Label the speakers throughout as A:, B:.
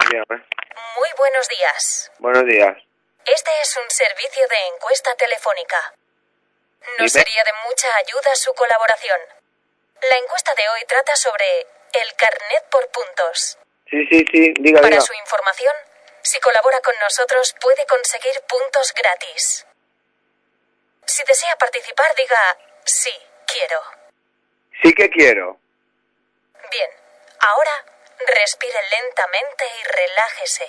A: Dígame.
B: Muy buenos días.
A: pues. Buenos días.
B: Este es un servicio de encuesta telefónica.
A: Dime.
B: Nos sería de mucha ayuda su colaboración. La encuesta de hoy trata sobre el carnet por puntos.
A: Sí, sí, sí, diga,
B: Para
A: diga.
B: su información, si colabora con nosotros puede conseguir puntos gratis. Si desea participar, diga sí, quiero.
A: Sí que quiero.
B: Bien, ahora respire lentamente y relájese.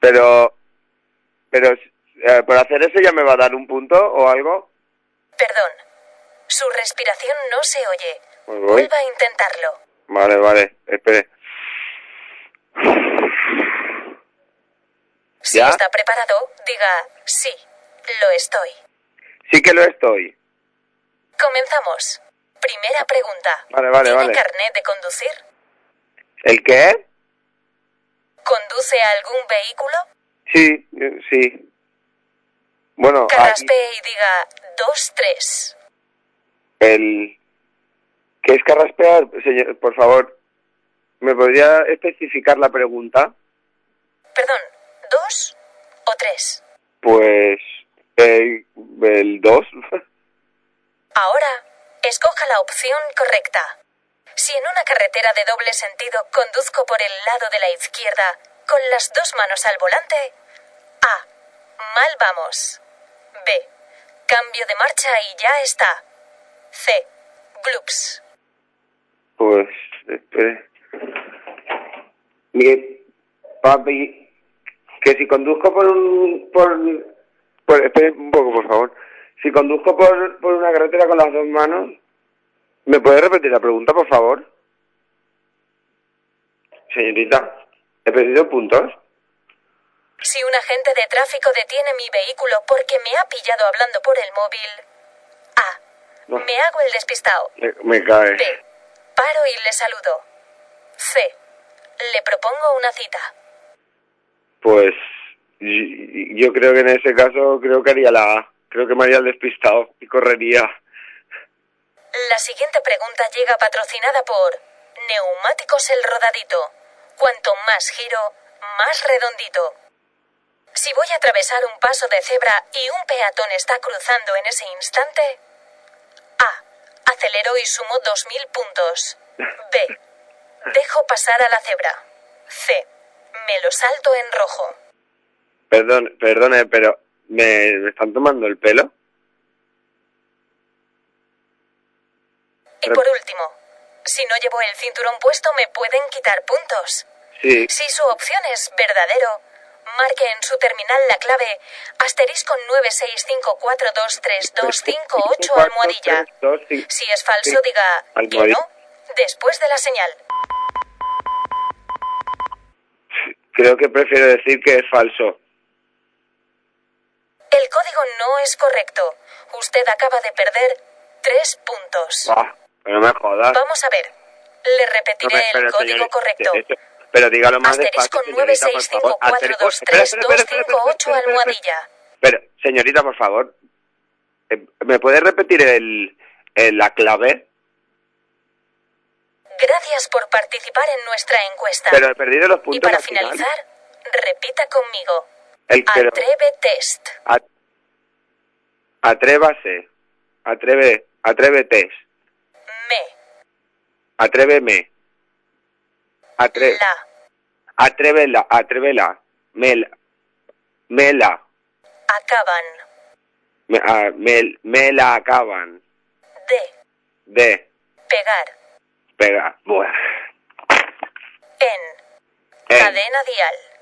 A: Pero, pero, eh, ¿por hacer eso ya me va a dar un punto o algo?
B: Perdón, su respiración no se oye.
A: Pues voy.
B: Vuelva a intentarlo.
A: Vale, vale, espere.
B: Si
A: ¿Ya?
B: está preparado, diga sí, lo estoy.
A: Sí que lo estoy.
B: Comenzamos. Primera pregunta.
A: Vale, vale,
B: ¿Tiene
A: vale.
B: carnet de conducir?
A: ¿El qué?
B: ¿Conduce algún vehículo?
A: Sí, eh, sí. Bueno, ah, aquí,
B: Carraspee y diga dos, tres.
A: el... ¿Qué es carraspear? Señor, por favor, ¿me podría especificar la pregunta?
B: Perdón, dos o tres.
A: Pues el, el 2.
B: Ahora, escoja la opción correcta. Si en una carretera de doble sentido conduzco por el lado de la izquierda con las dos manos al volante, A. Mal vamos. B. Cambio de marcha y ya está. C. Gloops.
A: Pues, espere. Mire, papi, que si conduzco por un... Por, por- espere un poco, por favor. Si conduzco por, por una carretera con las dos manos, ¿me puede repetir la pregunta, por favor? Señorita, ¿he perdido puntos?
B: Si un agente de tráfico detiene mi vehículo porque me ha pillado hablando por el móvil, A.
A: No.
B: Me hago el despistado.
A: Me, me cae.
B: B. Paro y le saludo. C. Le propongo una cita.
A: Pues y- y- yo creo que en ese caso creo que haría la A. Creo que me haría el despistado y correría.
B: La siguiente pregunta llega patrocinada por Neumáticos El Rodadito. Cuanto más giro, más redondito. Si voy a atravesar un paso de cebra y un peatón está cruzando en ese instante, A. Acelero y sumo 2.000 puntos. B. Dejo pasar a la cebra. C. Me lo salto en rojo.
A: Perdón, perdone, pero ¿me, me están tomando el pelo?
B: Y por último, si no llevo el cinturón puesto me pueden quitar puntos.
A: Sí,
B: Si su opción es verdadero, marque en su terminal la clave asterisco 965423258 almohadilla.
A: Cuatro, tres, dos, cinco.
B: Si es falso, diga que
A: Almohadilla.
B: no después de la señal.
A: Creo que prefiero decir que es falso.
B: El código no es correcto. Usted acaba de perder tres puntos.
A: Ah, pero no me jodas.
B: Vamos a ver. Le
A: No me-
B: repetiré el
A: pero,
B: código
A: señores,
B: correcto.
A: eso- Pero dígalo más
B: Asterisco
A: despacio, señorita, por favor. Asterisco- espera, espera, espera, espera, espera,
B: 965423258
A: espera, espera, espera.
B: almohadilla.
A: Pero, señorita, por favor, eh, ¿me puede repetir el, el- la clave?
B: Gracias por participar en nuestra encuesta.
A: Pero he perdido los puntos.
B: Y para
A: al final.
B: finalizar, repita conmigo.
A: El pero-
B: Atreve test.
A: a- atrévase, atreve, atrévete,
B: Me.
A: atréveme, atre,
B: La.
A: atrévela, atrévela, mela, mela,
B: Acaban.
A: me, ah, mel- me la acaban
B: De.
A: de
B: Pegar.
A: pegar. Buah.
B: En.
A: Eh,
B: Cadena dial.